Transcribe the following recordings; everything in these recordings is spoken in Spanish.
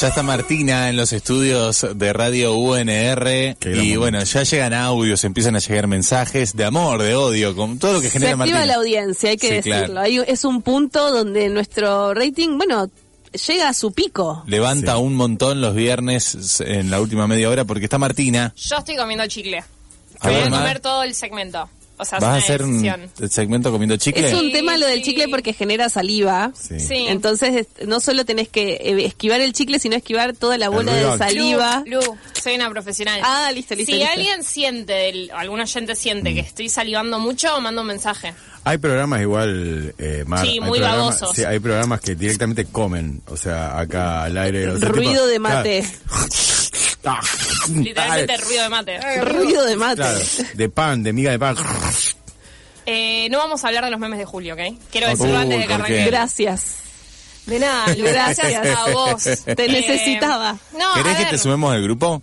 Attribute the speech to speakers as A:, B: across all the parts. A: Ya está Martina en los estudios de Radio UNR.
B: gran
A: Y
B: momento.
A: bueno, ya llegan audios, empiezan a llegar mensajes de amor, de odio, con todo lo que
C: Se
A: genera
C: activa
A: Martina.
C: la audiencia, hay que
A: Sí,
C: decirlo.
A: claro.
C: Ahí es un punto donde nuestro rating, bueno, llega a su pico.
A: Levanta
B: Sí.
A: un montón los viernes en la última media hora porque está Martina.
D: Yo estoy comiendo chicle.
A: A
D: Voy
A: ver,
D: a
A: Mar,
D: comer todo el segmento. O sea, es
A: ¿Vas a
D: una
A: hacer un
D: decisión.
A: el segmento comiendo chicle?
C: Es un
D: Sí,
C: tema lo del
D: sí.
C: chicle porque genera saliva.
B: Sí.
D: Sí.
C: Entonces, es- no solo tenés que eh, esquivar el chicle, sino esquivar toda la bola
B: ruido.
C: de saliva.
D: Lu, Lu, soy una profesional.
C: Ah, listo, listo,
D: Si
C: listo.
D: alguien siente, el- algún oyente siente
A: Mm.
D: que estoy salivando mucho, mando un mensaje.
B: Hay programas igual, eh, Mar,
D: Sí,
B: hay
D: muy
B: programas-
D: babosos.
B: sí, hay programas que directamente comen, o sea, acá al aire. o sea,
C: Ruido
B: tipo,
C: de mate.
B: claro.
D: Literalmente
B: Ay,
D: ruido de mate.
C: Ruido de mate.
B: Claro, de pan, de miga de pan.
D: Eh, no vamos a hablar de los memes de julio, ¿ok? Quiero
A: Ok.
D: decirlo antes de
A: Uy,
D: que
A: Uh, ¿por qué?
D: arranque.
C: Gracias.
D: De nada, Lu, gracias a vos.
C: Te necesitaba.
D: Eh, No, a
A: ¿Querés que
D: ver.
A: te sumemos al grupo?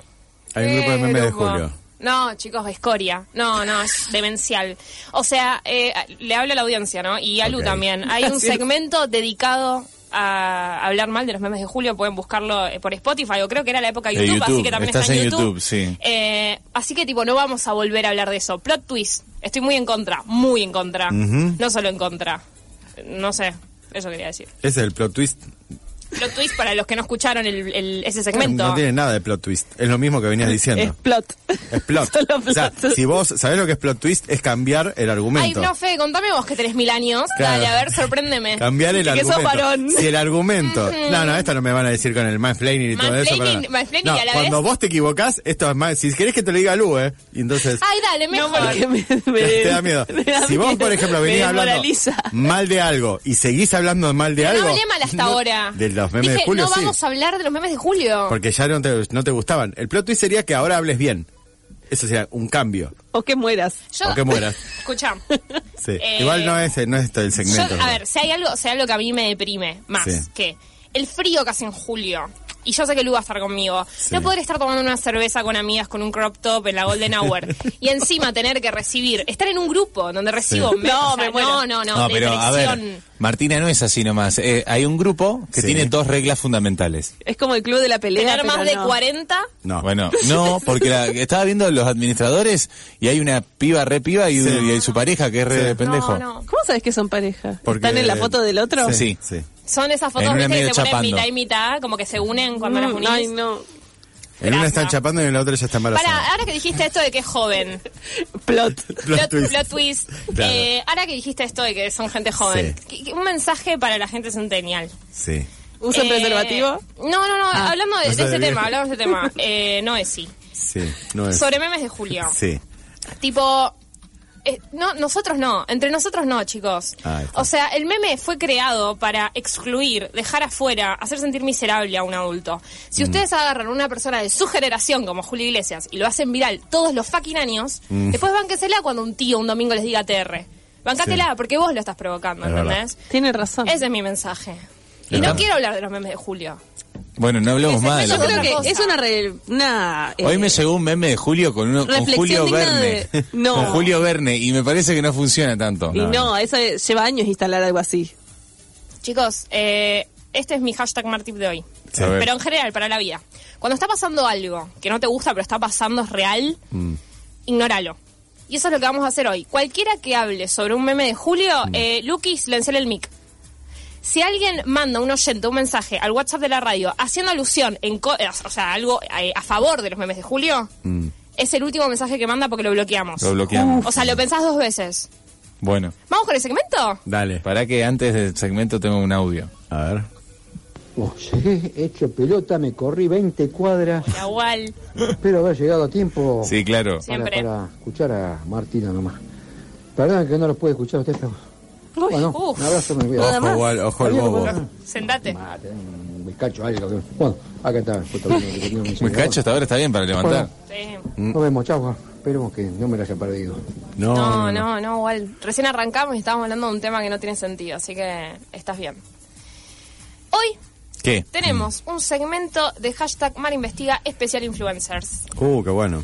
B: Hay un grupo de memes de
D: Pero,
B: julio.
D: No, chicos, escoria. No, no, es demencial. O sea, eh, le hablo a la audiencia, ¿no? Y a Lu
B: Ok.
D: también. Hay un segmento dedicado a hablar mal de los memes de Julio. Pueden buscarlo eh, por Spotify. O creo que era la época de
A: De
D: YouTube, así
A: YouTube.
D: que también
A: Estás
D: está en
A: en
D: YouTube.
A: YouTube, sí.
D: Eh, así que, tipo, no vamos a volver a hablar de eso. Plot twist. Estoy muy en contra. Muy en contra.
B: Ujú.
D: No solo en contra. No sé. Eso quería decir.
B: Ese es el plot twist.
D: Plot twist para los que no escucharon el- el- ese segmento.
B: No tiene nada de plot twist. Es lo mismo que venías
C: Es
B: diciendo.
C: plot.
B: Es plot.
C: Solo
B: O sea,
C: plot.
B: si vos sabés lo que es plot twist, es cambiar el
D: Ay,
B: argumento.
D: no, Fede, contame vos que tenés mil años.
B: Claro.
D: Dale, a ver, sorpréndeme.
B: Cambiar el
C: Que sos
B: argumento.
C: varón.
B: Si el argumento. No, no, esto no me van a decir con el mansplaining y todo eso.
D: Mm. Mansplaining,
B: pero no.
D: mansplaining
B: No,
D: y a la
B: cuando
D: vez-
B: vos te equivocás, esto es más. Si querés que te lo diga Lu, ¿eh? Y entonces.
D: Ay, dale,
C: No,
D: mejor.
C: porque me, me-
B: te da miedo.
C: me da
B: si vos,
C: miedo.
B: por ejemplo,
C: Me
B: venís hablando
C: desmoraliza.
B: mal de algo y seguís hablando mal de
D: Pero
B: algo.
D: no hablé mal hasta
B: no-
D: ahora.
B: De los memes
D: Dije,
B: de Julio,
D: no
B: sí.
D: vamos a hablar de los memes de Julio.
B: Porque ya no te, no te gustaban. El plot twist sería que ahora hables bien. Eso sería un cambio.
C: O que mueras.
B: o que mueras.
D: Escuchá.
B: Sí.
D: Eh,
B: Igual no es, no es esto el
D: Yo,
B: segmento.
D: a ver, si hay algo, si hay algo que a mí me deprime más
B: Sí.
D: que el frío que hace en julio. Y yo sé que Lu va a estar conmigo.
B: Sí.
D: No poder estar tomando una cerveza con amigas con un crop top en la Golden Hour. y encima tener que recibir, estar en un grupo donde recibo.
B: Sí.
D: me-
C: No,
D: o sea,
C: me muero.
D: No, no, no.
A: No, pero a ver,
D: depresión.
A: Martina no es así nomás. Eh, hay un grupo que
B: Sí.
A: tiene dos reglas fundamentales.
C: Es como el club de la pelea.
D: Tener más
C: pero
D: de
C: no.
D: 40.
B: No.
A: Bueno, no, porque la- estaba viendo los administradores y hay una piba re piba y,
B: Sí.
A: y su pareja que es re
B: Sí.
A: pendejo.
D: No, no.
C: ¿Cómo sabes que son pareja?
B: Porque-
C: ¿Están en la foto del otro?
A: Sí.
B: sí.
D: Son esas
A: En
D: fotos
A: una
D: ¿viste,
A: medio
D: que se ponen
A: chapando.
D: mitad y mitad, como que se unen cuando las
C: Mm,
D: unís.
C: Ay, no.
B: En una están
D: Gracias.
B: chapando y en la otra ya está embarazada.
D: Para, ahora que dijiste esto de que es joven,
C: Plot.
B: Plot
D: plot,
B: twist.
D: plot twist,
B: Claro.
D: eh, ahora que dijiste esto de que son gente joven,
B: Sí.
D: que- que un mensaje para la gente centennial.
B: Sí.
C: ¿Usan
D: Eh,
C: preservativo?
D: No, no, no,
C: Ah.
D: hablando de,
B: No
D: de
B: sabe
D: este
B: bien.
D: tema, hablamos de este tema. Eh, no es sí.
B: Sí. No es.
D: Sobre memes de Julio.
B: Sí.
D: Tipo, eh, no, nosotros no, entre nosotros no, chicos.
B: Ah, está.
D: O sea, el meme fue creado para excluir, dejar afuera, hacer sentir miserable a un adulto.
B: Mm.
D: Si ustedes agarran a una persona de su generación, como Julio Iglesias, y lo hacen viral todos los fucking años,
B: Mm.
D: después bánquesela cuando un tío un domingo les diga TR. Bancátela,
B: Sí.
D: porque vos lo estás provocando,
B: Es Ah.
D: ¿entendés?
C: Tiene razón.
D: Ese es mi mensaje. Y
B: Es
D: no
B: verdad.
D: quiero hablar de los memes de Julio.
A: Bueno, no hablemos
D: Ese
A: más de
D: yo
A: los
C: Yo creo
D: otra
A: memes.
C: que
D: cosa.
C: es una... re- una, eh,
A: Hoy me llegó un meme de Julio con, uno, con
C: Reflexión
A: Julio
C: digna
A: Verne.
C: de- No.
A: Con Julio Verne y me parece que no funciona tanto.
C: Y no, eso lleva años instalar algo así.
D: Chicos, eh, este es mi hashtag Martip de hoy.
A: A ver.
D: Pero en general, para la vida. Cuando está pasando algo que no te gusta, pero está pasando, es real,
A: Mm.
D: ignóralo. Y eso es lo que vamos a hacer hoy. Cualquiera que hable sobre un meme de Julio,
A: Mm.
D: eh, Luqui, silenciale el mic. Si alguien manda un oyente un mensaje al WhatsApp de la radio haciendo alusión, en co- eh, o sea, algo eh, a favor de los memes de Julio, es el último mensaje que manda porque lo bloqueamos.
A: Mm. Lo bloqueamos.
D: O sea, lo pensás dos veces.
A: Bueno,
D: ¿Vamos con el segmento?
B: Dale.
A: para que antes del segmento tengo un audio.
B: A ver.
E: Oye, hecho pelota, me corrí 20 cuadras.
D: Nahual,
E: Espero haber llegado a tiempo
A: Sí, claro.
E: para,
D: siempre.
E: para escuchar a Martina nomás. Perdón que no los puede escuchar a usted, pero.
C: Uy,
E: Bueno,
D: uf.
E: un abrazo, me voy a-
B: Ojo, igual, ojo el
E: Adiós,
B: bobo.
E: papá.
D: Sentate.
E: Mate, un bizcacho, algo. que- Bueno, acá está. justo que tenía un
A: Mi
E: celular.
A: cacho hasta ahora está bien para levantar.
D: Sí.
E: Nos vemos, chau. ah, Esperemos que no me lo haya perdido.
B: No.
D: No, no, no, igual. Recién arrancamos y estábamos hablando de un tema que no tiene sentido, así que estás bien. Hoy
A: ¿Qué?
D: tenemos un segmento de hashtag Mar Investiga especial influencers.
B: Uh, qué bueno.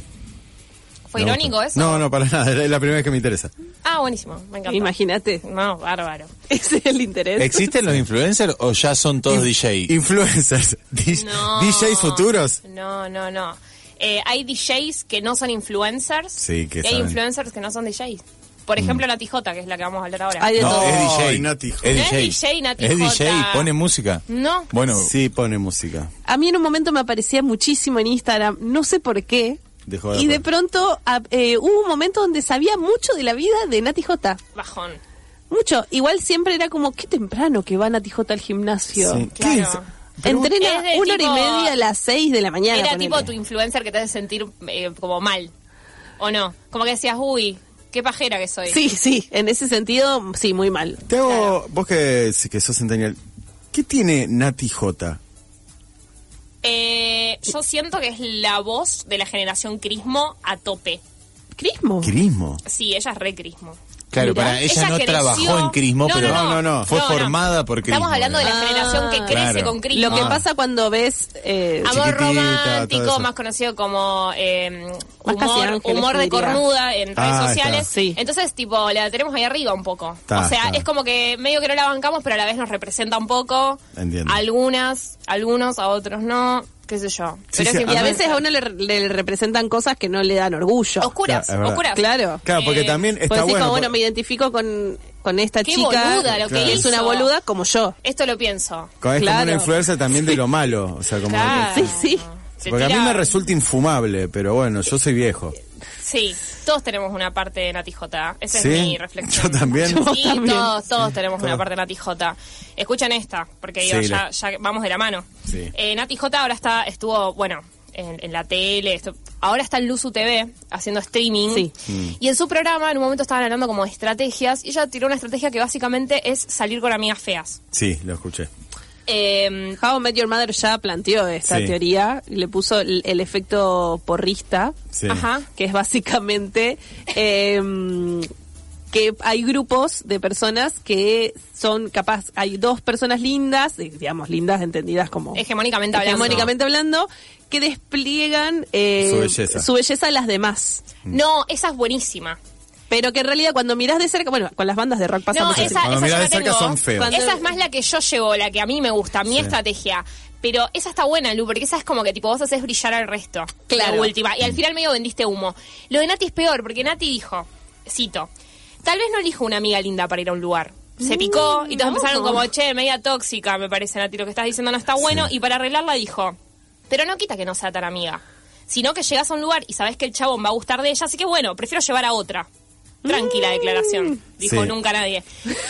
D: ¿Fue
B: Me gusta.
D: irónico eso?
B: No, no, para nada. Es la primera vez que me interesa.
D: Ah, buenísimo, me encanta.
C: Imagínate.
D: No, bárbaro.
C: Ese es el interés.
A: ¿Existen los influencers o ya son todos DJ?
B: Influencers. Di-
D: No.
B: DJs futuros.
D: No, no, no. Eh, hay DJs que no son influencers.
B: Sí, que
D: y hay
B: saben. Mm.
D: influencers que no son DJs. Por ejemplo, la Tijota, que es la que vamos a hablar ahora.
C: Hay de todo.
B: es DJ. Oh, Nati.
A: Es
D: No es
A: DJ.
D: DJ, Nati
A: Es
D: Jota.
A: DJ, pone música.
D: No.
A: Bueno,
B: Sí, pone música.
C: A mí en un momento me aparecía muchísimo en Instagram, no sé por qué.
B: Dejó de pues.
C: y de
B: aparecer.
C: pronto a- eh, hubo un momento donde sabía mucho de la vida de Nati J.
D: Bajón.
C: Mucho. Igual siempre era como, qué temprano que va Nati J al gimnasio.
B: Sí.
D: Claro.
B: ¿Qué es? Pero vos-
C: Entrena
D: Es de
C: una
D: tipo-
C: hora y media a las seis de la mañana.
D: Era
C: ponele.
D: tipo tu influencer que te hace sentir eh, como mal. ¿O no? Como que decías, uy, qué pajera que soy.
C: Sí, sí, en ese sentido, sí, muy mal.
B: Te hago, vos que, que sos centenial, ¿qué tiene Nati J?
D: Eh, yo siento que es la voz de la generación Crismo a tope.
C: Crismo.
B: Crismo.
D: Sí, ella es re Crismo.
A: claro,
C: Mirá,
A: para ella, no
D: creció-
A: trabajó en Crismo,
D: No,
A: pero
D: no,
B: no,
D: no,
B: no.
A: fue
D: No, no.
A: formada por Crismo.
D: Estamos hablando de la
A: ¿verdad?
D: generación que crece
A: Claro.
D: con Crismo.
C: Lo que
A: Ah.
C: pasa cuando ves... eh,
B: Ah,
D: Amor
B: Chiquitita, todo
D: romántico,
B: eso.
D: más conocido como eh,
C: Más casi
D: humor,
C: ángeles,
D: humor
C: te
D: de
C: diría.
D: cornuda en redes
B: Ah,
D: sociales.
B: está.
C: Sí.
D: Entonces, tipo, la tenemos ahí arriba un poco.
B: Está,
D: o sea,
B: está.
D: es como que medio que no la bancamos, pero a la vez nos representa un poco.
B: Entiendo.
D: Algunas, algunos, a otros no, qué sé yo.
B: Sí,
D: pero
B: sí,
D: es
C: y a
B: Ajá.
C: veces a uno le, le representan cosas que no le dan orgullo.
B: Claro,
D: Oscuras,
B: es verdad.
D: oscuras.
C: Claro.
B: Claro, porque
D: Eh,
B: también
C: Pues
B: está
C: decís,
B: bueno.
C: como, bueno,
B: por-
C: me identifico con, con esta
D: Qué
C: chica.
D: boluda lo que
C: y es
D: hizo.
C: una boluda como yo.
D: Esto lo pienso.
B: con- es como
C: claro.
B: una influencer también de lo malo. O sea, como
D: Claro.
C: Sí, sí.
D: Se
B: Porque a mí
D: tira-
B: me resulta infumable, pero bueno, yo soy viejo.
D: Sí, todos tenemos una parte de Nati J. Esa
B: Sí,
D: es mi reflexión.
B: yo también.
D: Sí,
B: Yo
C: también.
D: todos, todos tenemos una parte de Nati J. Escuchen esta, porque digo,
B: Sí,
D: ya,
B: la-
D: ya vamos de la mano.
B: Sí.
D: Eh, Nati J ahora está, estuvo, bueno, en, en la tele, estu- ahora está en Luzu TV haciendo streaming.
C: Sí.
B: Mm.
D: Y en su programa, en un momento estaban hablando como de estrategias, y ella tiró una estrategia que básicamente es salir con amigas feas.
B: Sí, lo escuché.
D: Eh,
C: How I Met Your Mother ya planteó esta
B: Sí.
C: teoría y le puso el, el efecto porrista,
B: Sí.
D: Ajá.
C: que es básicamente em, que hay grupos de personas que son capaz, hay dos personas lindas, eh, digamos lindas entendidas como
D: Hegemónicamente hablando.
C: hegemónicamente hablando, que despliegan eh,
B: Su belleza.
C: su belleza a las demás.
B: Mm.
D: No, esa es buenísima.
C: Pero que en realidad cuando mirás de cerca, bueno, con las bandas de rock pasa
D: No,
C: mucho.
D: esa,
B: Cuando
D: esa
B: mirás
D: yo
B: de
D: la
B: cerca
D: tengo.
B: son feos.
C: Cuando-
D: Esa es más la que yo llevo, la que a mí me gusta, mi estrategia. Pero esa está buena, Lu, porque esa es como que tipo vos haces brillar al resto.
C: Claro.
D: La última. Y al final medio vendiste humo. Lo de Nati es peor, porque Nati dijo, cito, tal vez no elijo una amiga linda para ir a un lugar.
C: Mm,
D: Se picó y todos empezaron como, che, media tóxica, me parece, Nati, lo que estás diciendo no está bueno. Y para arreglarla dijo, pero no quita que no sea tan amiga. Sino que llegás a un lugar y sabés que el chabón va a gustar de ella, así que bueno, prefiero llevar a otra. Tranquila declaración, dijo
B: Sí.
D: nunca nadie.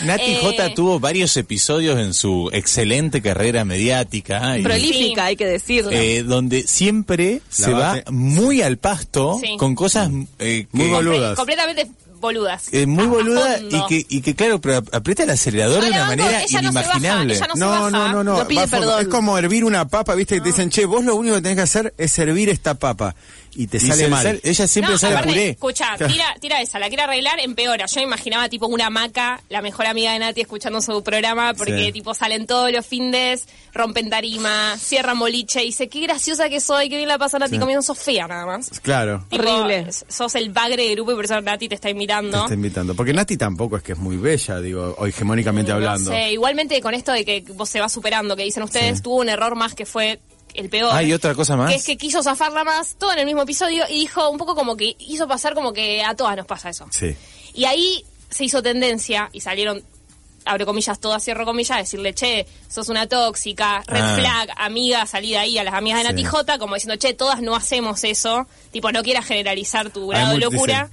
A: Nati
D: Eh,
A: J tuvo varios episodios en su excelente carrera mediática. y-
C: Prolífica,
D: Sí.
C: hay que decirlo.
A: eh, donde siempre se va
B: base. Mm.
A: muy al pasto
D: Sí.
A: con cosas eh, que-
B: Muy boludo. boludas.
D: Completamente boludas.
A: eh, muy
D: A- a
A: boluda y
D: fondo.
A: que, y que claro, pero aprieta el acelerador
D: No,
A: de
D: la
A: una
D: banco,
A: manera
D: ella no se baja,
A: inimaginable.
D: ella no se
B: No, no,
D: baja.
B: no, no.
C: No pide
B: va a fondo.
C: perdón.
B: Es como hervir una papa, viste, que te dicen, che, vos lo único que tenés que hacer es hervir esta papa. Y te
A: Y
B: sale
A: se-
B: mal.
A: sale- ella siempre
D: No,
A: sale
D: aparte,
A: puré.
D: Escucha, tira, tira esa, la quiere arreglar, empeora. Yo imaginaba tipo una maca, la mejor amiga de Nati escuchando su programa, porque
B: Sí.
D: tipo salen todos los findes, rompen tarima, cierran boliche, y dice, qué graciosa que soy, qué bien la pasa Nati comiendo Sofía nada más.
B: Claro.
D: Tipo,
C: Horrible.
D: Sos el bagre del grupo y por eso Nati te está
B: Te
D: imitando.
B: está invitando. Porque Nati tampoco es que es muy bella, digo, o hegemónicamente hablando.
D: No sé, igualmente con esto de que vos se va superando, que dicen ustedes, tuvo un error más que fue el peor.
A: Ah, ¿y otra cosa más?
D: Que es que quiso zafarla más, todo en el mismo episodio, y dijo un poco como que hizo pasar como que a todas nos pasa eso.
B: Sí.
D: Y ahí se hizo tendencia y salieron, abro comillas, todas cierro comillas, a decirle, che, sos una tóxica, red
A: Ah.
D: flag, amiga, salí de ahí a las amigas de
B: Sí.
D: Nati J, como diciendo, che, todas no hacemos eso, tipo, no quieras generalizar tu
B: Hay
D: grado de
B: mucho-
D: locura.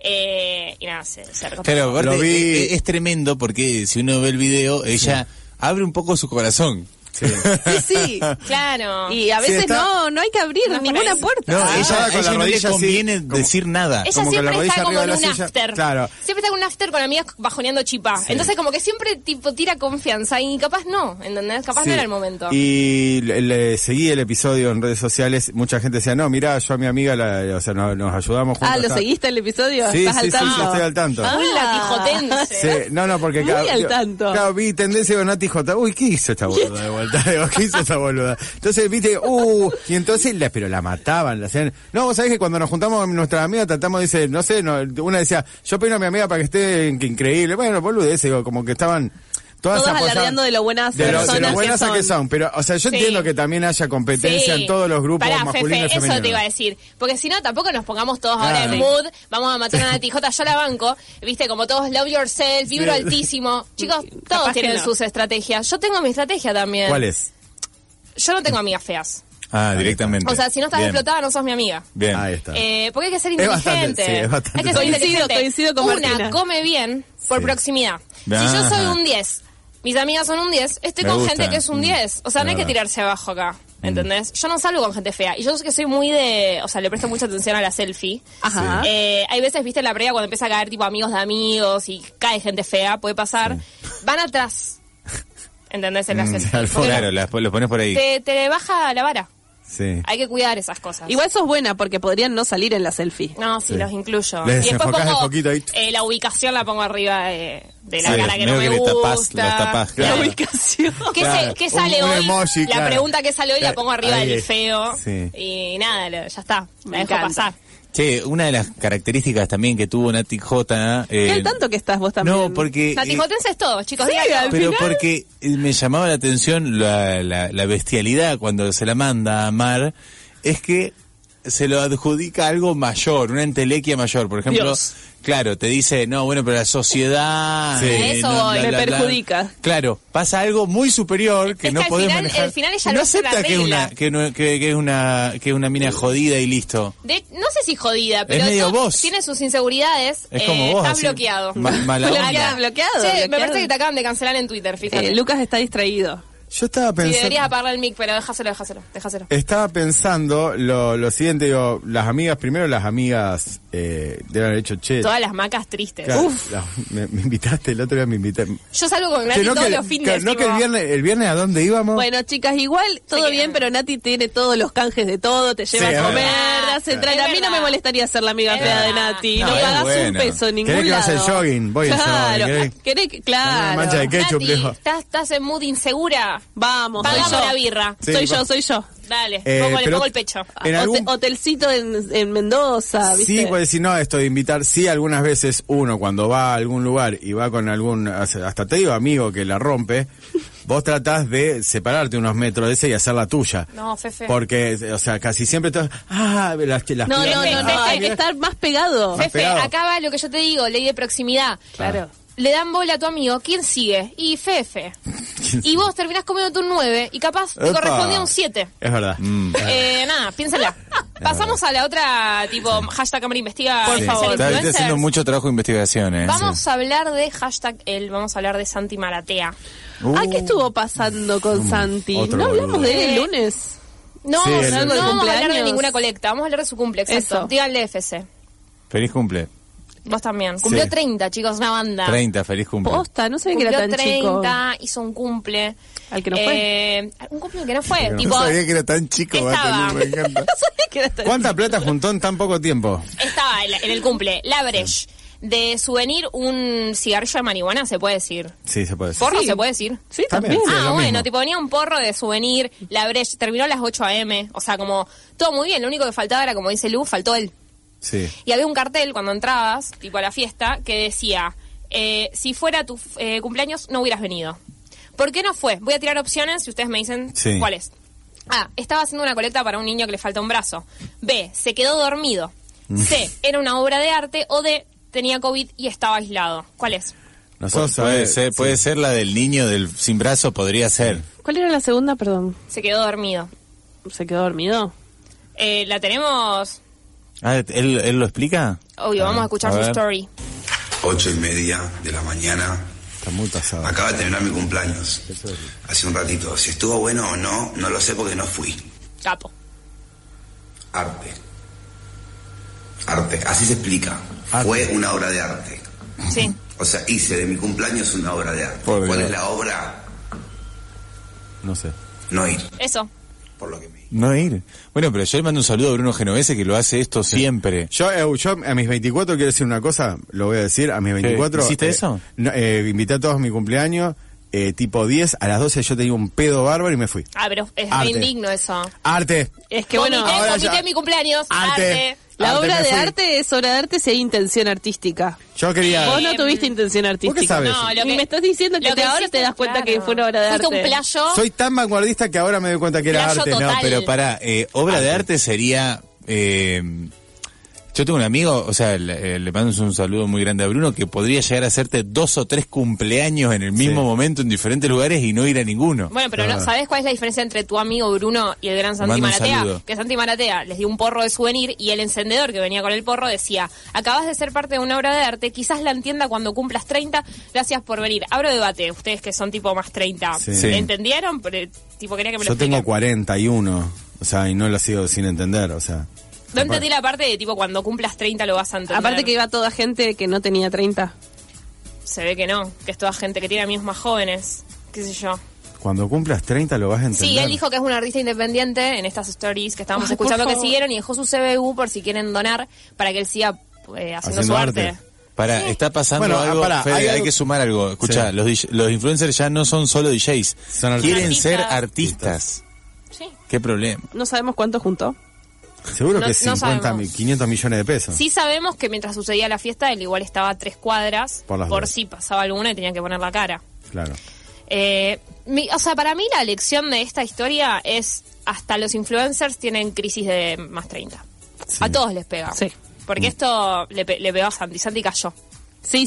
D: Eh, y nada, se, se recogió.
A: Claro, aparte,
B: Lo vi.
A: eh, eh, Es, tremendo porque si uno ve el video, ella abre un poco su corazón.
C: Sí, sí.
D: Claro.
C: Y a
B: Sí,
C: veces
B: está-
C: no, no hay que abrir
D: No es
C: ninguna
D: para
C: puerta.
A: No,
B: Ah.
A: ella,
B: Con
A: a ella
B: la
A: no le
B: rodilla así,
A: conviene
B: como-
A: decir nada.
D: Ella
B: Como con la
D: siempre
B: rodilla
D: está como
B: arriba
D: en
B: de
D: un
B: la silla.
D: after.
B: Claro.
D: Siempre está con un after con amigas bajoneando chipa. Entonces como que siempre tipo tira confianza y capaz no, ¿entendés? Capaz
B: Sí.
D: no era el momento.
B: Y le, le seguí el episodio en redes sociales. Mucha gente decía, no, mirá, yo a mi amiga, la- o sea, no- nos, ayudamos juntos.
C: Ah, ¿lo
B: está-
C: seguiste el episodio?
B: Sí,
C: ¿Estás
B: sí,
C: al
B: sí,
C: tanto?
B: sí, estoy al tanto.
C: Ah.
D: Un latijotense.
B: Sí, no, no, porque
C: Muy al
B: yo-
C: tanto.
B: claro, vi tendencia con Nati J. Uy, ¿qué hizo esta boluda de falta. Digo, ¿qué hizo esa boluda? Entonces, viste, uh, y entonces, la, pero la mataban, la hacían. No, vos sabés que cuando nos juntamos con nuestras amigas tratamos, dice, no sé, no, una decía, yo peino a mi amiga para que esté en- que increíble. Bueno, boludez, digo, como que estaban todas
C: Todas
B: apoyadas-
C: alardeando de lo buenas
B: de lo, de
C: personas
B: lo buenas
C: que son.
B: que son. Pero, o sea, yo
D: Sí.
B: entiendo que también haya competencia
D: Sí.
B: en todos los grupos
D: Pará,
B: masculinos y
D: Fefe, eso te iba
B: femeninos.
D: a decir. Porque si no, tampoco nos pongamos todos ahora
B: Claro.
D: en mood. Vamos a matar a una tijota. Yo la banco. Viste, como todos love yourself, vibro
B: Sí.
D: altísimo. Chicos,
C: Capaz
D: todos
C: que
D: tienen
C: no.
D: sus estrategias. Yo tengo mi estrategia también.
B: ¿Cuál es?
D: Yo no tengo amigas feas.
A: Ah, directamente.
D: O sea, si no estás
A: Bien,
D: explotada, no sos mi amiga.
A: Bien.
B: Ahí está.
D: Eh, porque hay que ser
B: Es bastante,
D: inteligente.
B: sí, es bastante.
D: Hay que ser
C: Coincido,
D: inteligente.
C: coincido con
D: Una
C: Martina.
D: come bien por
B: Sí.
D: proximidad. Si yo
A: Ajá.
D: soy un 10, mis amigas son un 10, estoy
A: Me
D: con
A: gusta.
D: gente que es un
A: Mm.
D: 10. O sea,
B: Es
D: no hay que
B: verdad.
D: tirarse abajo acá. ¿Entendés? Yo no salgo con gente fea. Y yo sé que soy muy de. O sea, le presto mucha atención a la selfie.
C: Ajá.
D: Eh, hay veces, viste, en la previa cuando empieza a caer tipo amigos de amigos y cae gente fea, puede pasar. Van atrás. ¿Entendés? En la selfie.
B: al
D: Porque
A: Mm, Claro, las- los pones por ahí.
D: te, te baja la vara.
B: Sí.
D: Hay que cuidar esas cosas.
C: Igual sos buena porque podrían no salir en la selfie.
D: No, sí, los incluyo.
B: Les
D: y después
B: desenfocás
D: pongo
B: un poquito ahí.
D: eh, la ubicación la pongo arriba de, de la
A: Sí,
D: cara que no
A: medio
D: me
A: que le
D: gusta.
A: tapás, los tapás,
C: La
A: Claro.
C: ubicación.
D: ¿Qué, se-
B: Claro,
D: qué sale
B: un- un
D: hoy?
B: emoji,
D: la
B: claro.
D: pregunta que sale hoy la
B: Claro,
D: pongo arriba
B: ahí
D: del
B: es.
D: feo.
B: Sí.
D: Y nada, lo- ya está.
C: Me
D: Me dejo
C: encanta.
D: pasar.
A: Che, una de las características también que tuvo Nati J.
C: ¿Qué
A: eh,
C: al tanto que estás vos también?
A: No, porque. eh,
D: Natijotense es todo, chicos.
C: Sí,
D: díganlo.
C: al-
A: pero
C: final-
A: porque eh, me llamaba la atención la, la- la bestialidad cuando se la manda a Mar, es que se lo adjudica algo mayor, una entelequia mayor. Por ejemplo,
C: Dios.
A: claro, te dice, no, bueno, pero la sociedad. eh,
B: Sí.
C: Eso voy, me perjudica.
A: Claro, pasa algo muy superior que
D: Es
A: no
D: que al
A: podés
D: final-
A: manejar.
D: al final ella
A: no
D: lo hace
A: acepta
D: una
A: que es una,
D: regla.
A: que, no- que- que es una, que es una mina jodida y listo.
D: De- no sé si jodida, pero
A: medio
D: tú-
A: vos.
D: tiene sus inseguridades.
A: Es como
D: eh,
A: vos,
D: Estás
A: así,
D: bloqueado.
A: ma- mala onda.
D: Bloqueado,
C: Bloqueado,
D: Che,
C: bloqueado.
D: Me parece que te acaban de cancelar en Twitter, fíjate.
C: Eh, Lucas está distraído.
B: Yo estaba
D: sí,
B: pensando.
D: deberías apagar el mic, pero déjaselo, déjaselo, déjaselo.
B: Estaba pensando lo, lo siguiente, digo, las amigas, primero las amigas eh, deben haber hecho, che,
D: Todas las macas tristes.
B: claro, la- me, me invitaste, el otro día me invitaste.
D: Yo salgo con Nati
B: Che, no
D: todos
B: que,
D: los fines.
B: que- no
D: tipo,
B: que el viernes, el viernes a dónde íbamos.
C: Bueno, chicas, igual todo
D: Sí.
C: bien, pero Nati tiene todos los canjes de todo, te lleva
B: Sí, es
C: a comer,
D: verdad.
C: te hace
D: Es
C: traer. A mí
D: verdad.
C: no me molestaría ser la amiga
D: Es
C: fea de
D: verdad.
C: Nati,
A: No,
C: no,
A: es
C: pagás un
A: bueno.
C: peso en ningún
B: ¿Querés que
C: lado.
B: vaya al jogging? Voy al
C: claro.
B: jogging, ¿querés?
C: ¿Querés que- claro.
B: Una mancha de
D: Nati,
B: ketchup, lejos.
D: estás, estás en mood insegura.
C: Vamos,
D: Paga
C: soy
D: por
C: yo.
D: la birra.
B: Sí,
C: soy
B: va.
C: yo, soy yo.
D: Dale,
B: Eh,
D: pongo, le
B: pero-
D: pongo el pecho.
B: En
C: Hote-
B: algún-
C: Hotelcito en, en Mendoza, ah, ¿viste?
B: Sí, pues si no, esto de invitar, sí, algunas veces uno cuando va a algún lugar y va con algún, hasta te digo amigo que la rompe, vos tratás de separarte unos metros de ese y hacer la tuya.
D: No, Fefe.
B: Porque, o sea, casi siempre todas, ah, las, las Ah,
C: No, no,
D: Fefe,
C: no, no,
D: Fefe.
C: hay que estar más pegado.
B: Más
D: Fefe,
B: pegado.
D: acá va lo que yo te digo, ley de proximidad.
C: Claro.
D: Le dan bola a tu amigo, ¿quién sigue? Y Fefe. Y vos terminás comiéndote un 9 y capaz te
B: Epa.
D: correspondía un 7.
B: Es verdad.
A: Mm.
D: Eh, nada, piénsala. Pasamos a la otra, tipo, hashtag Cámara Investiga.
C: Por
D: el
C: favor.
A: Eh, Está, está
D: influencer.
A: haciendo mucho trabajo de investigación. eh.
D: Vamos
A: Sí.
D: a hablar de hashtag él, vamos a hablar de Santi Maratea.
C: Ah, ¿qué estuvo pasando con Santi?
B: Uh. Mm, otro
C: ¿No hablamos
B: boludo.
C: de él el
D: Eh,
C: lunes?
D: No,
B: Sí,
D: vamos
B: el-
D: a- no
C: ¿Algo de
D: vamos a hablar de
C: cumpleaños?
D: ninguna colecta, vamos a hablar de su cumple, exacto.
C: Eso.
D: Díganle FC.
A: Feliz cumple.
D: Vos también. Cumplió 30, chicos, una banda.
A: 30, feliz cumple.
C: Posta, no sabía que
D: Cumplió
C: era tan chico.
D: 30, hizo un cumple.
C: Al que no fue.
D: Eh, un cumple que no fue.
B: no
D: tipo,
A: que era tan chico,
D: Estaba.
A: Bartolomé, encanta.
C: No sabía que era tan
B: ¿Cuánta plata juntó en tan poco tiempo?
D: estaba en, la- en el cumple, Labresh. De souvenir, un cigarrillo de marihuana, se puede decir.
B: Sí, se puede decir.
D: ¿Porro se puede decir?
C: Sí,
B: También,
C: también.
B: sí, es
D: ah,
B: lo
D: bueno,
B: mismo.
D: tipo venía un porro de souvenir, Labresh. Terminó a las 8 a.m. O sea, como todo muy bien. Lo único que faltaba era, como dice Lu, faltó él.
B: Sí.
D: Y había un cartel cuando entrabas, tipo a la fiesta, que decía, eh, si fuera tu eh, cumpleaños no hubieras venido. ¿Por qué no fue? Voy a tirar opciones y ustedes me dicen
B: Sí.
D: cuáles. A, estaba haciendo una colecta para un niño que le falta un brazo. B, se quedó dormido. C, era una obra de arte. O D, tenía COVID y estaba aislado. ¿Cuál es?
B: Nosotros
A: Pu- puede
B: sabés,
A: ser, puede ser la del niño del sin brazo, podría ser.
C: ¿Cuál era la segunda? Perdón.
D: Se quedó dormido.
C: ¿Se quedó dormido?
D: Eh, ¿La tenemos?
A: Ah, ¿él, él lo explica?
D: Obvio,
A: Ah,
D: vamos a escuchar su
A: ver.
D: story.
F: ocho y media de la mañana.
B: Está muy pasado.
F: Acaba de terminar mi cumpleaños. Hace un ratito. Si estuvo bueno o no, no lo sé porque no fui.
D: Capo.
F: Arte. Arte. Así se explica. Fue una obra de arte.
D: Sí.
F: O sea, hice de mi cumpleaños una obra de arte.
B: Por
F: ¿Cuál
B: Dios.
F: es la obra?
B: No sé.
F: No ir,
D: Eso.
F: por lo que me
A: No ir. Bueno, pero yo le mando un saludo a Bruno Genovese que lo hace esto siempre.
B: Yo, eh, yo a mis 24 quiero decir una cosa, lo voy a decir, a mis 24...
A: ¿Hiciste
B: eh,
A: eso?
B: no, eh, invité a todos a mi cumpleaños, eh, tipo 10, a las 12 yo tenía un pedo bárbaro y me fui.
D: Ah, pero es
B: Arte.
D: re indigno eso.
B: Arte.
C: Es que bueno,
D: Vomité,
B: ahora
D: vomité
B: ya-
D: mi cumpleaños.
B: Arte.
D: Arte.
C: la
B: Arte,
C: obra
B: me
C: de
B: fui.
C: arte es obra de arte si hay intención artística.
B: Yo quería...
C: Vos no tuviste intención artística.
B: sabes?
D: No, lo
C: Y
D: que-
C: me estás diciendo que,
D: lo
C: te- ahora
D: hiciste,
C: te das cuenta
D: claro.
C: que fue una obra de arte.
D: Fuiste un playo.
B: Soy tan vanguardista que ahora me doy cuenta que era
D: Playo
B: arte.
D: total.
B: No,
A: No, pero pará, eh, obra de arte sería. eh, yo tengo un amigo, o sea, le, eh, le mando un saludo muy grande a Bruno, que podría llegar a hacerte dos o tres cumpleaños en el mismo
B: Sí.
A: momento en diferentes lugares y no ir a ninguno.
D: Bueno, pero no,
B: Claro.
D: ¿sabés cuál es la diferencia entre tu amigo Bruno y el gran
A: mando
D: Santi
A: un
D: Maratea?
A: saludo.
D: Que Santi Maratea les dio un porro de souvenir y el encendedor que venía con el porro decía, acabas de ser parte de una obra de arte, quizás la entienda cuando cumplas 30, gracias por venir. Abro debate, ustedes que son tipo más 30,
B: Sí.
A: Sí.
D: ¿entendieron? Pero, tipo, quería que me lo
B: Yo tengo
D: expliquen.
B: 41, o sea, y no lo sigo sin entender, o sea...
D: No entendí la parte de tipo cuando cumplas 30 lo vas a entender.
C: Aparte que iba toda gente que no tenía 30.
D: se ve que no, que es toda gente que tiene amigos más jóvenes, qué sé yo.
B: Cuando cumplas 30 lo vas a entender.
D: Sí, él dijo que es un artista independiente en estas stories que estábamos
C: Ay, por
D: escuchando que
C: favor.
D: siguieron y dejó su CBU por si quieren donar para que él siga eh, haciendo,
B: Haciendo
D: su arte.
B: arte.
A: Pará, está pasando
B: Bueno, ah,
A: algo,
B: pará,
A: Fede,
B: hay
A: hay,
B: algo-
A: que sumar algo. Escucha,
B: Sí.
A: los, dij- los influencers ya no son solo DJs,
B: Son artistas.
A: quieren ser artistas.
D: Artistas. Sí.
A: Qué problema.
C: No sabemos cuánto juntó.
B: Seguro
D: No-
B: que
D: no
B: 50,
D: sabemos.
B: 500 millones de pesos.
D: Sí sabemos que mientras sucedía la fiesta él igual estaba a tres cuadras
B: Por las
D: por
B: dudas.
D: si pasaba alguna y tenía que poner la cara.
B: Claro.
D: Eh, mi- o sea, para mí la lección de esta historia es hasta los influencers tienen crisis de más 30.
B: Sí.
D: A todos les pega.
C: Sí.
D: Porque esto le, pe- le pegó a Santi. Santi cayó.
C: Sí,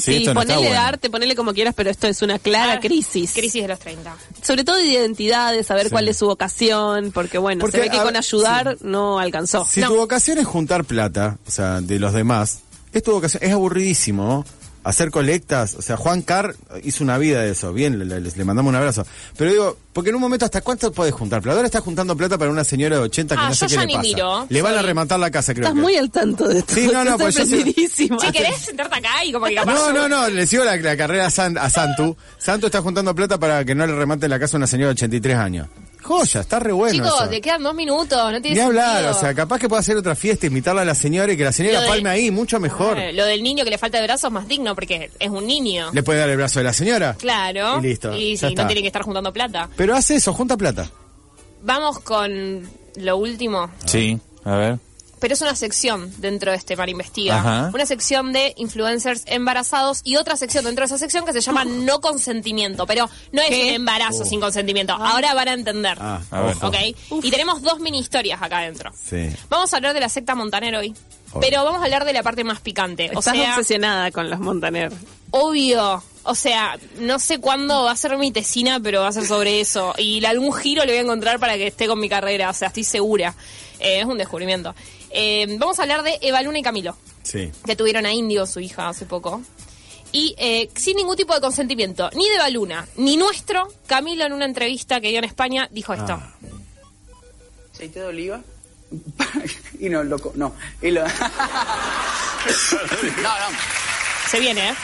B: Sí,
C: sí,
B: esto no está
C: ponele de
B: bueno.
C: arte, ponele como quieras, pero esto es una clara
D: Ah,
C: crisis.
D: Crisis de los 30.
C: Sobre todo de identidad, de saber
B: Sí.
C: cuál es su vocación, porque bueno,
B: Porque,
C: se ve que
B: a
C: con
B: ver,
C: ayudar no alcanzó.
B: Si
D: No.
B: tu vocación es juntar plata, o sea, de los demás, es tu vocación, es aburridísimo ¿no? hacer colectas, o sea, Juan Carr hizo una vida de eso, bien, le, le- le mandamos un abrazo. Pero digo, porque en un momento hasta cuánto puedes juntar plata, ahora estás juntando plata para una señora de 80 que
D: Ah,
B: no sé
D: yo
B: qué
D: ya
B: le
D: ni
B: pasa.
D: miro.
B: Le van a
D: Soy-
B: rematar la casa, creo
C: Estás
B: que.
C: muy al tanto de todo.
B: Sí, no, no,
C: Estás
B: pues yo sé-
C: sorprendidísima.
D: Che, ¿querés sentarte acá y como que capaz-
B: No, no, no, le sigo la, la carrera a, San- a Santu. Santu está juntando plata para que no le remate la casa a una señora de 83 años. Joya, está re bueno
D: Chicos,
B: eso.
D: te quedan dos minutos, no tiene
B: Ni hablar,
D: sentido.
B: o sea, capaz que pueda hacer otra fiesta, invitarla a la señora y que la señora
D: Lo de-
B: palme ahí, mucho mejor.
D: Eh, Lo del niño que le falta de brazos es más digno porque es un niño.
B: Le puede dar el brazo de la señora.
D: Claro.
B: Y listo,
D: Y
B: ya
D: sí,
B: está.
D: no tiene que estar juntando plata.
B: Pero hace eso, junta plata.
D: Vamos con lo último.
A: Ah. Sí, a ver.
D: Pero es una sección dentro de este Mar Investiga.
A: Ajá.
D: Una sección de influencers embarazados y otra sección dentro de esa sección que se llama
B: Uh.
D: no consentimiento. Pero no es
C: ¿Qué?
D: un embarazo sin consentimiento. Ahora van a entender.
B: Ah,
A: a ver.
D: ¿Ok? Y tenemos dos mini historias acá adentro.
B: Sí.
D: Vamos a hablar de la secta Montaner hoy.
B: Obvio.
D: Pero vamos a hablar de la parte más picante. O
C: Estás
D: sea,
C: obsesionada con los Montaner.
D: Obvio. O sea, no sé cuándo va a ser mi tesina, pero va a ser sobre eso. Y la- algún giro le voy a encontrar para que esté con mi carrera. O sea, estoy segura. Eh, es un descubrimiento. Eh, vamos a hablar de Eva Luna y Camilo,
B: Sí.
D: que tuvieron a Indio, su hija, hace poco. Y eh, sin ningún tipo de consentimiento, ni de Eva Luna, ni nuestro, Camilo en una entrevista que dio en España dijo esto.
B: Ah.
G: aceite de oliva y no loco no y lo... no no
D: Se viene, ¿eh?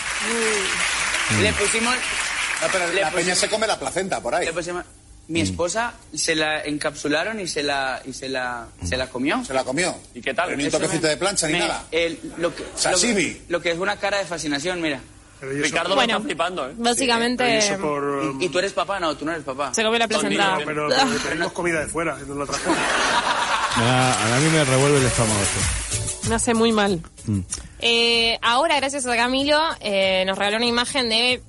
G: le pusimos le
H: la peña
G: pusimos-
H: se come la placenta por ahí.
G: le pusimos- mi esposa se la encapsularon y se la y se la se la comió
H: Se la comió.
G: y qué tal
H: Pero ni un toquecito de plancha ni
G: Me-
H: nada.
G: el- lo que, lo que-
H: Sashimi.
G: lo que es una cara de fascinación mira
I: Ricardo
D: Bueno.
I: me está flipando, ¿eh?
D: Básicamente,
I: Pero y eso por, um,
G: y, y tú eres papá no tú no eres papá
D: se comió la plaza
I: niño,
D: entrada.
I: pero,
C: Ah.
I: pero traímos comida de fuera, no la trajo.
B: Ah, a mí me revuelve el estómago esto.
I: pues,
C: Me hace muy mal.
D: Eh, ahora, gracias a Camilo, eh, nos regaló una imagen de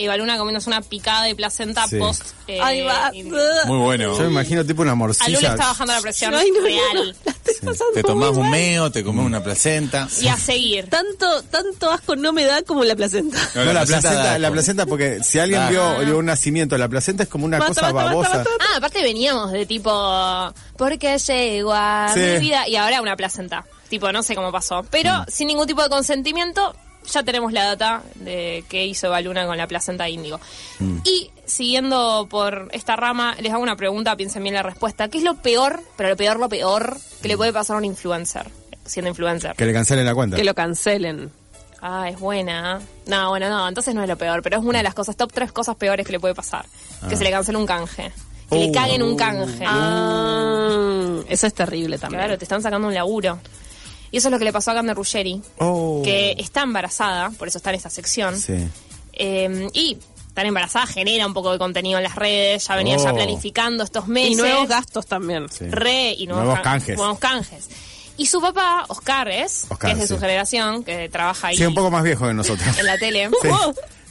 D: Eva Luna comiéndose una picada de placenta
B: Sí.
D: post. eh,
C: Ahí va.
D: in-
A: Muy bueno.
B: Yo me imagino tipo una
D: a Luna
B: morcilla.
D: está bajando la presión
C: Ay, no, no,
D: real.
C: no, la estoy pasando
A: Te tomás
C: muy
A: un
C: mal.
A: meo, te comes una placenta.
D: Y a seguir.
C: Tanto, tanto asco no me da como la placenta.
B: No, la, placenta, Ah.
A: da
B: la
A: asco.
B: placenta, porque si alguien
A: Da.
B: vio, vio un nacimiento, la placenta es como una
C: Basta,
B: cosa
C: basta, basta,
B: babosa.
C: basta.
D: Ah, aparte veníamos de tipo, porque llegó a
B: Sí.
D: mi vida? Y ahora una placenta. Tipo, no sé cómo pasó. Pero sin ningún tipo de consentimiento, ya tenemos la data de qué hizo Eva Luna con la placenta de índigo. Y siguiendo por esta rama, les hago una pregunta, piensen bien la respuesta. ¿Qué es lo peor, pero lo peor, lo peor, que le puede pasar a un influencer? Siendo influencer.
B: Que le cancelen la cuenta.
C: Que lo cancelen.
D: Ah, es buena. No, bueno, no, entonces no es lo peor, pero es una de las cosas, top tres cosas peores que le puede pasar. Que
B: Ah.
D: se le cancele un canje. Que le
B: Oh.
D: caguen un canje.
C: Ah, eso es terrible también.
D: Claro, te están sacando un laburo. Y eso es lo que le pasó a Cande Ruggeri,
B: Oh.
D: que está embarazada, por eso está en esta sección.
B: Sí.
D: Eh, y estar embarazada genera un poco de contenido en las redes, ya venía
B: Oh.
D: ya planificando estos meses.
C: Y nuevos gastos también.
B: Sí.
D: Re, y nuevos,
B: Nuevos
D: can-
B: canjes.
D: nuevos canjes. Y su papá, Oscar, es,
B: Oscar,
D: que es de su
B: sí.
D: generación, que trabaja ahí
B: Sí, un poco más viejo que nosotros.
D: en la tele. Uh,
B: Sí.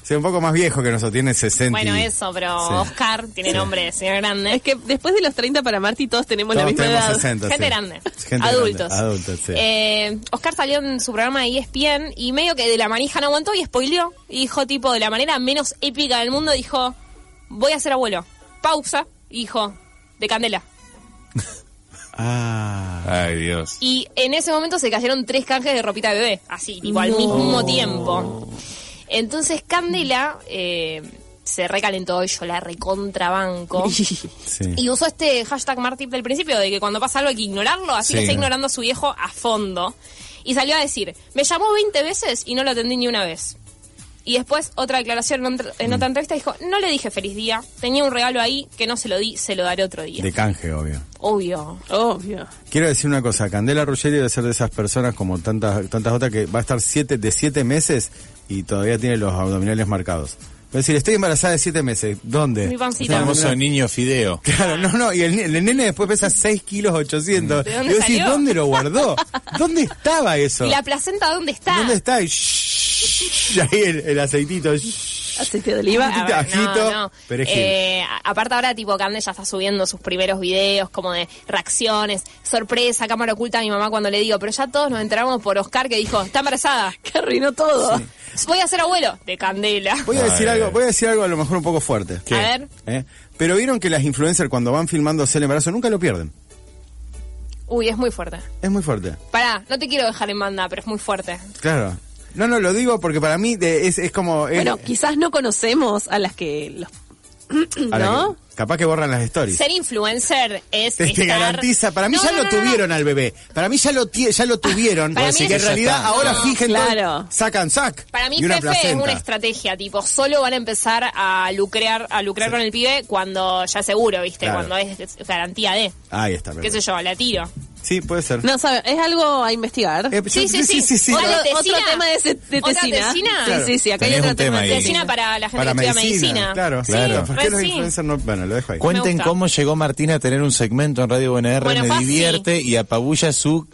B: Sí, un poco más viejo que nosotros, tiene 60. y-
D: Bueno, eso, pero
B: Sí.
D: Oscar tiene nombre de señor grande.
C: Es que después de los 30 para Marti todos tenemos la
D: Pues
B: Todos
C: misma
B: tenemos
C: edad.
B: 60.
D: Gente
B: sí.
D: grande.
B: Gente
D: adultos.
B: grande, adultos, sí.
D: Eh, Oscar salió en su programa de E ESPN y medio que de la manija no aguantó y spoileó. Y dijo, tipo, de la manera menos épica del mundo, dijo, voy a ser abuelo. Pausa. Y dijo, de candela.
B: Ah.
A: Ay, Dios.
D: Y en ese momento se cayeron tres canjes de ropita de bebé, así, tipo al mismo tiempo. Entonces Candela eh, se recalentó y yo la recontrabanco.
B: Sí.
D: Y usó este hashtag Martip del principio, de que cuando pasa algo hay que ignorarlo, así
A: Sí.
D: que está ignorando a su viejo a fondo. Y salió a decir, me llamó 20 veces y no lo atendí ni una vez. Y después otra declaración en otra- en
B: Mm.
D: otra entrevista dijo, no le dije feliz día, tenía un regalo ahí que no se lo di, se lo daré otro día.
B: De canje, obvio.
D: Obvio.
C: Obvio.
B: Quiero decir una cosa, Candela Ruggeri debe ser de esas personas como tantas tantas otras que va a estar siete de siete meses y todavía tiene los abdominales marcados. Es decir, estoy embarazada de siete meses. ¿Dónde?
D: Mi
A: El
D: pancita.
A: famoso niño fideo.
B: Claro, no, no, y el, ni- el nene después pesa 6 kilos 800.
D: ¿De dónde
B: y vos decís,
D: salió?
B: ¿dónde lo guardó? ¿Dónde estaba eso?
D: ¿Y la placenta dónde está?
B: ¿Dónde está? Y shhh, ahí el, el aceitito. shhh.
C: Aceite de oliva.
B: Ah,
D: A ver,
B: Ajito, perejil.
D: Eh, a- aparte ahora tipo Cande ya está subiendo sus primeros videos como de reacciones, sorpresa, cámara oculta a mi mamá cuando le digo, pero ya todos nos enteramos por Oscar que dijo, está embarazada,
C: Que arruinó todo.
D: voy a ser abuelo de Candela.
B: Voy a decir
A: Ay.
B: algo, voy a decir algo a lo mejor un poco fuerte.
D: A ver,
B: ¿eh? Pero vieron que las influencers cuando van filmándose el embarazo nunca lo pierden.
D: uy, es muy fuerte.
B: Es muy fuerte.
D: Pará, no te quiero dejar en banda, pero es muy fuerte.
B: Claro. No, no, lo digo porque para mí de- es, es como... es-
C: Bueno, quizás no conocemos a las que los.
B: ahora
C: ¿No?
B: que- capaz que borran las stories.
D: Ser influencer es
B: Te, te
D: estar-
B: garantiza, para mí
D: No,
B: ya
D: no,
B: lo
D: no, no, no.
B: tuvieron al bebé. Para mí ya lo, tie- ya lo tuvieron.
D: Para
B: Así
D: mí
B: que en
D: es-
B: realidad
A: Ya está.
B: ahora
D: No,
B: fijen
C: claro.
B: sacan sac.
D: Para mí,
B: y una
D: Fefe es
B: placenta.
D: una estrategia, tipo, solo van a empezar a lucrar, a lucrar con el pibe cuando ya seguro, ¿viste?
B: Claro.
D: Cuando es es garantía de,
B: Ahí está.
D: qué sé
B: perfecto.
D: yo, la tiro.
B: Sí, puede ser.
C: No, sabe, es algo a investigar.
B: Eh, yo-
D: Otra
C: Otro-
D: tesina.
C: otro tema de, ese- de
D: ¿Otra
C: tesina.
D: tesina?
C: Sí, sí, sí. Acá hay
A: Tenés
C: otro
A: un
C: tema
A: tema
C: de
A: ahí.
D: Tesina para la gente
B: Para
D: que estudia
B: medicina.
D: medicina.
B: Claro,
D: Sí,
A: claro.
B: ¿Por qué
D: re
B: los
D: sí.
B: influencers no...? Bueno, lo dejo ahí.
D: Me
A: Cuenten
D: gusta.
A: cómo llegó Martín a tener un segmento en Radio BNR,
D: Bueno, fue
A: me
D: así.
A: divierte y apabulla su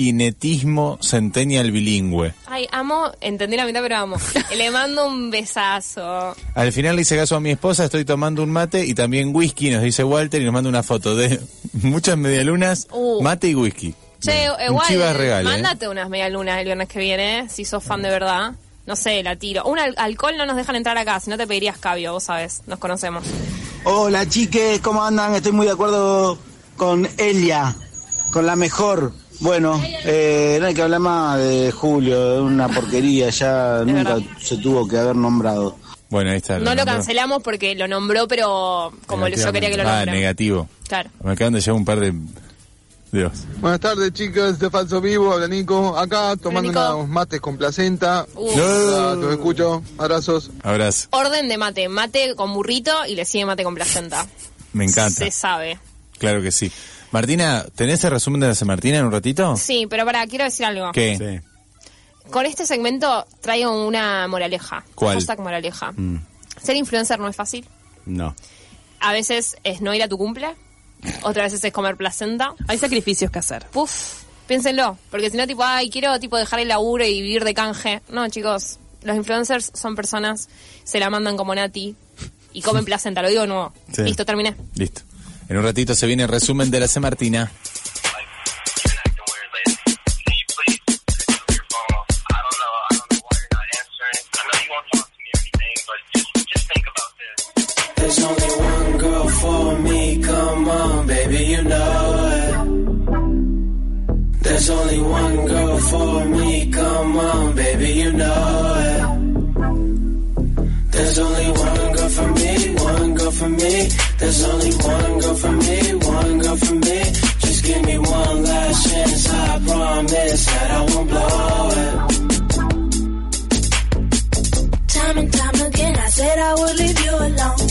A: kinetismo centennial bilingüe.
D: Ay, amo, entendí la mitad, pero amo. Le mando un besazo.
A: Al final le hice caso a mi esposa, estoy tomando un mate y también whisky, nos dice Walter y nos manda una foto de muchas medialunas,
D: Uh.
A: mate y whisky.
D: Che,
A: Un
D: igual,
A: chivas regal, ¿eh?
D: mándate unas medialunas el viernes que viene, si sos fan de verdad. No sé, la tiro. Un al- alcohol no nos dejan entrar acá, si no te pedirías cabio, vos sabés, nos conocemos.
J: Hola chiques, ¿cómo andan? Estoy muy de acuerdo con Elia, con la mejor. Bueno, eh, no hay que hablar más de Julio, es una porquería, ya nunca
D: verdad.
J: se tuvo que haber nombrado.
A: Bueno, ahí está.
D: No lo
A: nombró.
D: cancelamos porque lo nombró, pero como yo quería que lo
A: Ah,
D: nombrara.
A: negativo.
D: Claro.
A: Me acaban de llevar un par de... Dios.
K: Buenas tardes, chicas de Falso Vivo, habla Nico. Acá tomando
D: Nico.
K: unos mates con placenta.
D: Uh.
K: Ah, Los escucho, abrazos.
A: Abrazo.
D: Orden de mate, mate con burrito y le sigue mate con placenta.
A: Me encanta.
D: Se sabe.
A: Claro que sí. Martina, ¿tenés el resumen de la San Martina en un ratito?
D: Sí, pero para, quiero decir algo.
A: ¿Qué?
B: Sí.
D: Con este segmento traigo una moraleja.
A: ¿Cuál? Mm.
D: Hashtag moraleja. Ser influencer no es fácil.
B: No.
D: A veces es no ir a tu cumple, otras veces es comer placenta.
C: Hay sacrificios que hacer.
D: Puf, piénsenlo, porque si no, tipo, ay, quiero tipo dejar el laburo y vivir de canje. No, chicos, los influencers son personas, se la mandan como Nati y comen placenta, lo digo de nuevo.
B: Sí.
D: Listo, terminé.
A: Listo. En un ratito se viene el resumen de la San Martina.
J: There's only one girl for me, come on, baby, you know it. There's only one girl for me, come on, baby, you know it. There's only one girl for me, one girl for me. There's only one girl for me, one girl for me. Just give me one last chance, I promise that I won't blow it.
K: Time and time again, I said I would leave you alone.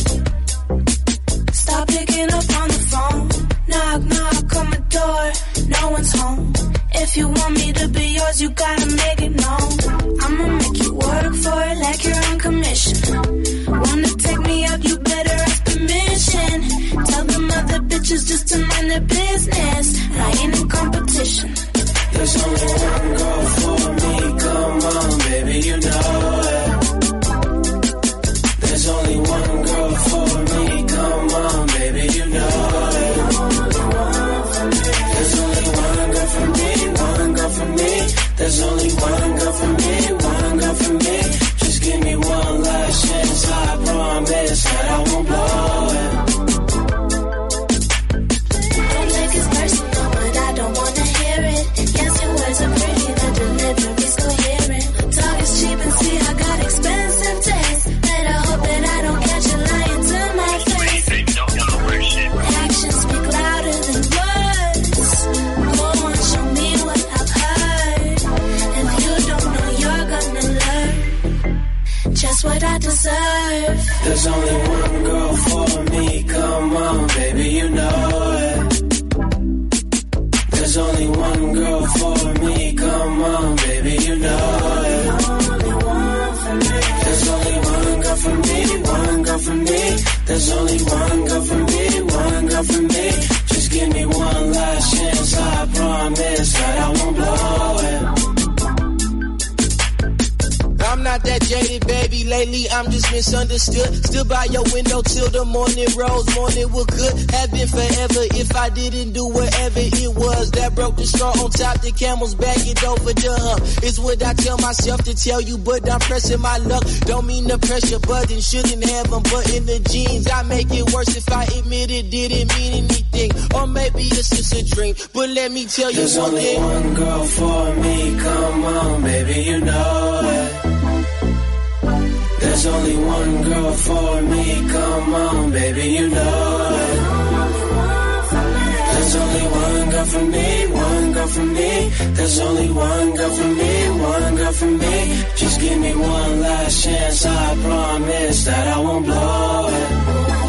K: Stop picking up on the phone. Knock, knock on my door. No one's home. If you want me to be yours, you gotta make it known. I'ma make you work for it like you're on commission. Wanna
J: only one girl for me. Come on, baby, you know it. There's only one girl for me, one girl for me. There's only one girl for me, one girl for me. Just give me one last chance. I promise that I won't blow it.
K: Don't take it personal, but I don't wanna hear it. Yes, your words are pretty, the delivery's coherent. Talk is cheap and see I got expensive taste. Better hope that I don't catch you lying to my face. Actions speak louder than words. Go on, show me what I've heard. If you don't know, you're gonna learn just what I deserve.
J: There's only one girl for me. Come on, baby, you know it. There's only one girl for me. Come on, baby, you know it. There's only one girl for me, one girl for me. There's only one girl for me, one girl for me. Just give me one last chance. I promise that I won't blow it.
L: I'm not that jaded, baby. Lately, I'm just misunderstood. Still by your window till the morning rose. Morning would could have been forever if I didn't do whatever it was that broke the straw on top the camel's back. It over the hump. It's what I tell myself to tell you, but I'm pressing my luck. Don't mean the pressure button, shouldn't have 'em, but in the jeans, I make it worse if I admit it didn't mean anything, or maybe it's just a dream. But let me tell you
J: There's
L: one
J: only
L: thing.
J: one girl for me, come on, baby, you know it. There's only one girl for me, come on, baby, you know it. There's only one girl for me, one girl for me. There's only one girl for me, one girl for me. Just give me one last chance, I promise that I won't blow it.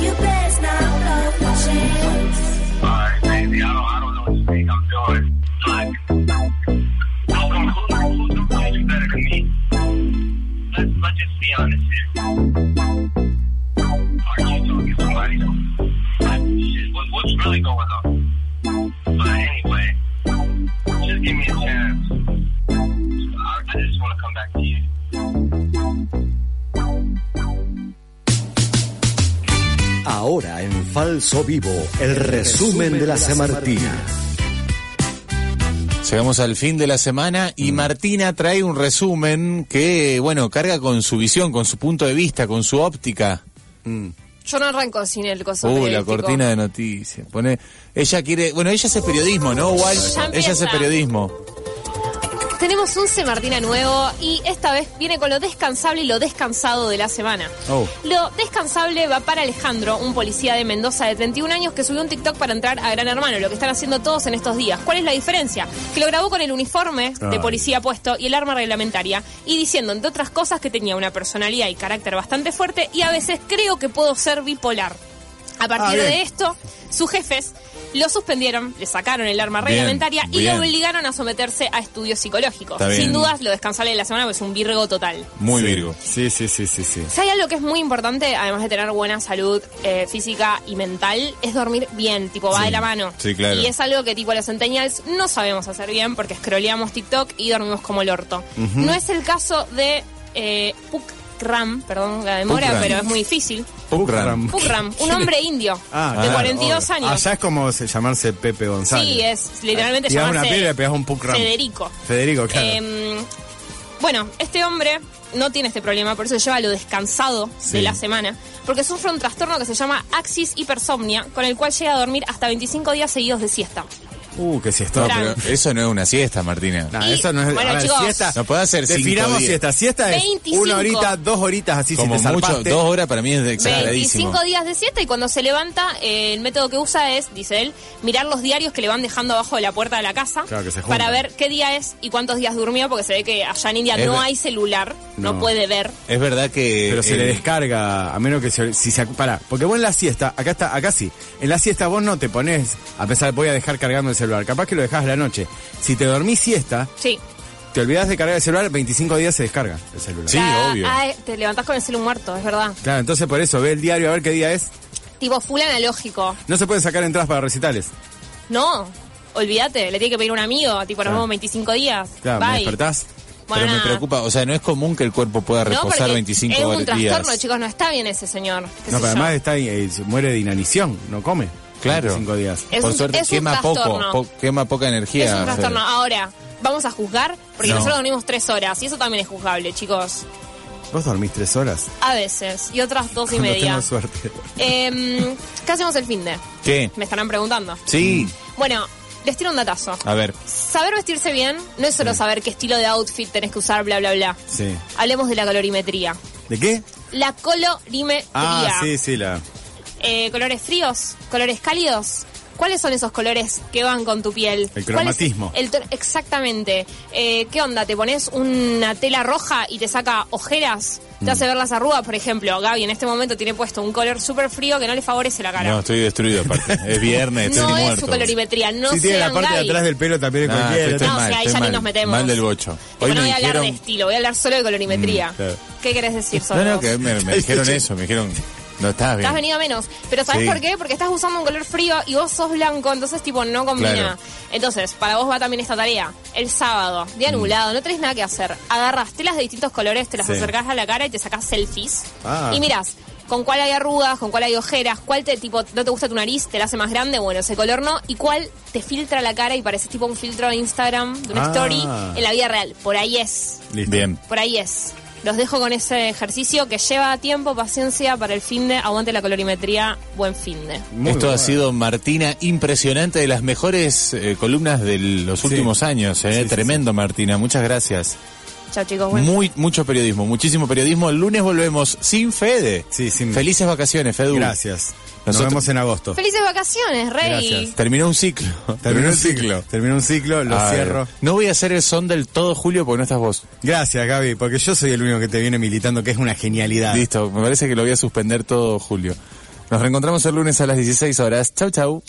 K: You best not blow the chance.
J: Alright, baby, I don't, I don't know what you think I'm doing.
M: Ahora en Falso Vivo, el resumen de la Semartina.
A: Llegamos al fin de la semana
B: Mm.
A: y Martina trae un resumen que, bueno, carga con su visión, con su punto de vista, con su óptica.
D: Yo no arranco sin el coso eh,
A: Uh, la
D: periodístico.
A: cortina de noticias. Pone, ella quiere, bueno, ella hace periodismo, ¿no, Wal?
D: Ya
A: Ella hace
D: empieza.
A: periodismo.
D: Tenemos un C. Martina nuevo y esta vez viene con lo descansable y lo descansado de la semana.
A: Oh.
D: Lo descansable va para Alejandro, un policía de Mendoza de 31 años que subió un TikTok para entrar a Gran Hermano, lo que están haciendo todos en estos días. ¿Cuál es la diferencia? Que lo grabó con el uniforme
N: Ay.
D: de policía puesto y el arma reglamentaria y diciendo, entre otras cosas, que tenía una personalidad y carácter bastante fuerte y a veces creo que puedo ser bipolar. A partir
N: Ah, bien.
D: de esto, sus jefes lo suspendieron, le sacaron el arma
N: Bien,
D: reglamentaria y
A: bien.
D: lo obligaron a someterse a estudios psicológicos.
A: Está bien.
D: Sin dudas, lo descansable de la semana, pues es un virgo total.
A: Muy Virgo.
B: Sí, sí, sí, sí, sí.
D: Si hay algo que es muy importante, además de tener buena salud eh, física y mental, es dormir bien, tipo va
A: Sí,
D: de la mano.
A: sí, claro.
D: Y es algo que tipo los centennials no sabemos hacer bien porque scrolleamos TikTok y dormimos como el orto.
N: Ujú.
D: No es el caso de eh, Pukram, perdón la demora,
B: Pukram.
D: pero es muy difícil.
B: Pukram.
D: Pukram, un hombre indio
A: Ah,
B: Ah,
D: de
B: claro,
D: 42
B: obvio.
D: años.
B: Allá es como se- llamarse Pepe González.
D: Sí, es literalmente
B: Tirás una
D: llamarse
B: piedra y le pegás un Pukram.
D: Federico.
B: Federico, claro.
D: Em, bueno, este hombre no tiene este problema, por eso se lleva lo descansado
B: Sí.
D: de la semana, porque sufre un trastorno que se llama axis hipersomnia, con el cual llega a dormir hasta 25 días seguidos de siesta.
B: Uh, que siesta.
A: No,
D: Gran.
A: pero eso no es una siesta, Martina.
B: No, eso no es.
D: bueno,
B: a ver,
D: chicos.
B: siesta.
A: No puede hacer cinco
B: Definamos
A: días.
B: siesta. Siesta es
D: 25.
B: una horita, dos horitas así
A: Como
B: si te
A: mucho,
B: zarpaste.
A: dos horas para mí es exageradísimo.
D: 25 días de siesta y cuando se levanta, eh, el método que usa es, dice él, mirar los diarios que le van dejando abajo de la puerta de la casa
A: Claro, que se juntan.
D: para ver qué día es y cuántos días durmió, porque se ve que allá en India
B: Es
D: no
B: ver-
D: hay celular,
B: No.
D: no puede ver.
A: Es verdad que.
B: Pero se
A: el-
B: le descarga, a menos que se, si se. ac- Pará, porque vos en la siesta, acá está, acá sí. En la siesta vos no te pones, a pesar voy a dejar cargando el celular. Capaz que lo dejás a la noche. Si te dormís siesta,
D: Sí.
B: te olvidás de cargar el celular, 25 días se descarga el celular.
D: Ah, ah, te levantás con el celular muerto, es verdad.
B: Claro, entonces por eso, ve el diario a ver qué día es.
D: Tipo full analógico.
B: No se pueden sacar entradas para recitales.
D: No, olvídate, le tiene que pedir a un amigo, tipo nos
B: Claro.
D: vemos 25 días.
B: Claro, me
D: Bye.
B: despertás.
D: Bueno,
A: pero me
D: nada.
A: preocupa, o sea, no es común que el cuerpo pueda
D: No,
A: reposar
D: porque
A: 25
D: es un
A: horas
D: trastorno,
A: días.
D: chicos, no está bien ese señor. qué
B: No, pero
D: sé yo.
B: además está, eh, se muere de inanición, no come.
A: Claro.
B: Cinco días.
D: Es
A: Por
D: un-
A: suerte
D: es un
A: quema poco,
D: trastorno.
A: po- quema poca energía.
D: es un
A: o sea.
B: eh.
D: trastorno. Ahora, vamos a juzgar, porque
A: No.
D: nosotros dormimos tres horas, y eso también es juzgable, chicos.
B: Vos dormís tres horas.
D: A veces, y otras dos y
B: Cuando
D: media.
B: tengo suerte.
D: Em, ¿Qué hacemos el fin de?
A: ¿Qué?
D: Me estarán preguntando.
A: Sí,
D: Bueno, les tiro un datazo.
B: Ah.
A: a ver.
D: Saber vestirse bien no es solo saber qué estilo de outfit tenés que usar, bla, bla, bla.
B: Sí.
D: Hablemos de la calorimetría.
B: ¿De qué?
D: La colorimetría.
B: Ah, sí, sí, la.
D: Eh, colores fríos, colores cálidos. ¿Cuáles son esos colores que van con tu piel?
B: El
D: ¿Cuál es
B: cromatismo.
D: el to- exactamente. Eh, ¿Qué onda? ¿Te pones una tela roja y te saca ojeras? Te
A: Mm.
D: hace ver las arrugas, por ejemplo. Gaby en este momento tiene puesto un color súper frío que no le favorece la cara.
A: No, estoy destruido aparte. Es viernes, estoy
D: No es
A: muerto.
D: su colorimetría, no
B: sí, tiene la
D: sean
B: parte de
D: Gaby.
B: atrás del pelo también es
A: Nah,
B: cualquiera.
A: estoy
D: No, o
A: mal,
D: sea, ahí
A: estoy
D: ya ni
A: mal.
D: nos metemos.
A: Mal del bocho. Hoy
D: Pero no
A: me
D: voy a hablar
A: dijeron...
D: de estilo, voy a hablar solo de colorimetría.
A: Mm, claro.
D: ¿Qué querés decir sobre
A: No, no,
D: vos?
A: que me, me dijeron eso, me dijeron... No estás
D: Te
A: bien.
D: has venido menos. Pero ¿sabes
A: Sí.
D: por qué? Porque estás usando un color frío y vos sos blanco, entonces tipo no combina.
A: Claro.
D: Entonces, para vos va también esta tarea. El sábado,
A: Mm.
D: día nublado, no tenés nada que hacer. Agarras telas de distintos colores, te las
B: Sí.
D: acercás a la cara y te sacás selfies.
B: Ah.
D: Y mirás con cuál hay arrugas, con cuál hay ojeras, cuál te tipo no te gusta tu nariz, te la hace más grande, bueno, ese color no, y cuál te filtra la cara y pareces tipo un filtro de Instagram, de una
A: Ah.
D: story en la vida real. Por ahí es.
A: Bien.
D: Por ahí es. Los dejo con ese ejercicio que lleva tiempo, paciencia para el fin de. Aguante la colorimetría, buen fin de.
A: Esto ha sido, Martina, impresionante, de las mejores eh, columnas de los últimos años. eh. Tremendo, Martina. Muchas gracias.
D: Chao chicos, buen
A: Muy, mucho periodismo, muchísimo periodismo. El lunes volvemos sin Fede.
B: Sí, sin-
A: Felices vacaciones, Fedu.
B: Gracias. Nos
A: Nosotros-
B: vemos en agosto.
D: Felices vacaciones, Rey.
B: Gracias.
A: Terminó un ciclo.
B: Terminó un ciclo. Terminó un ciclo, lo
A: A ver,
B: cierro.
A: No voy a hacer el son del todo, Julio, porque no estás vos.
B: Gracias, Gaby, porque yo soy el único que te viene militando que es una genialidad.
A: Listo, me parece que lo voy a suspender todo, Julio. Nos reencontramos el lunes a las 16 horas. Chau, chau.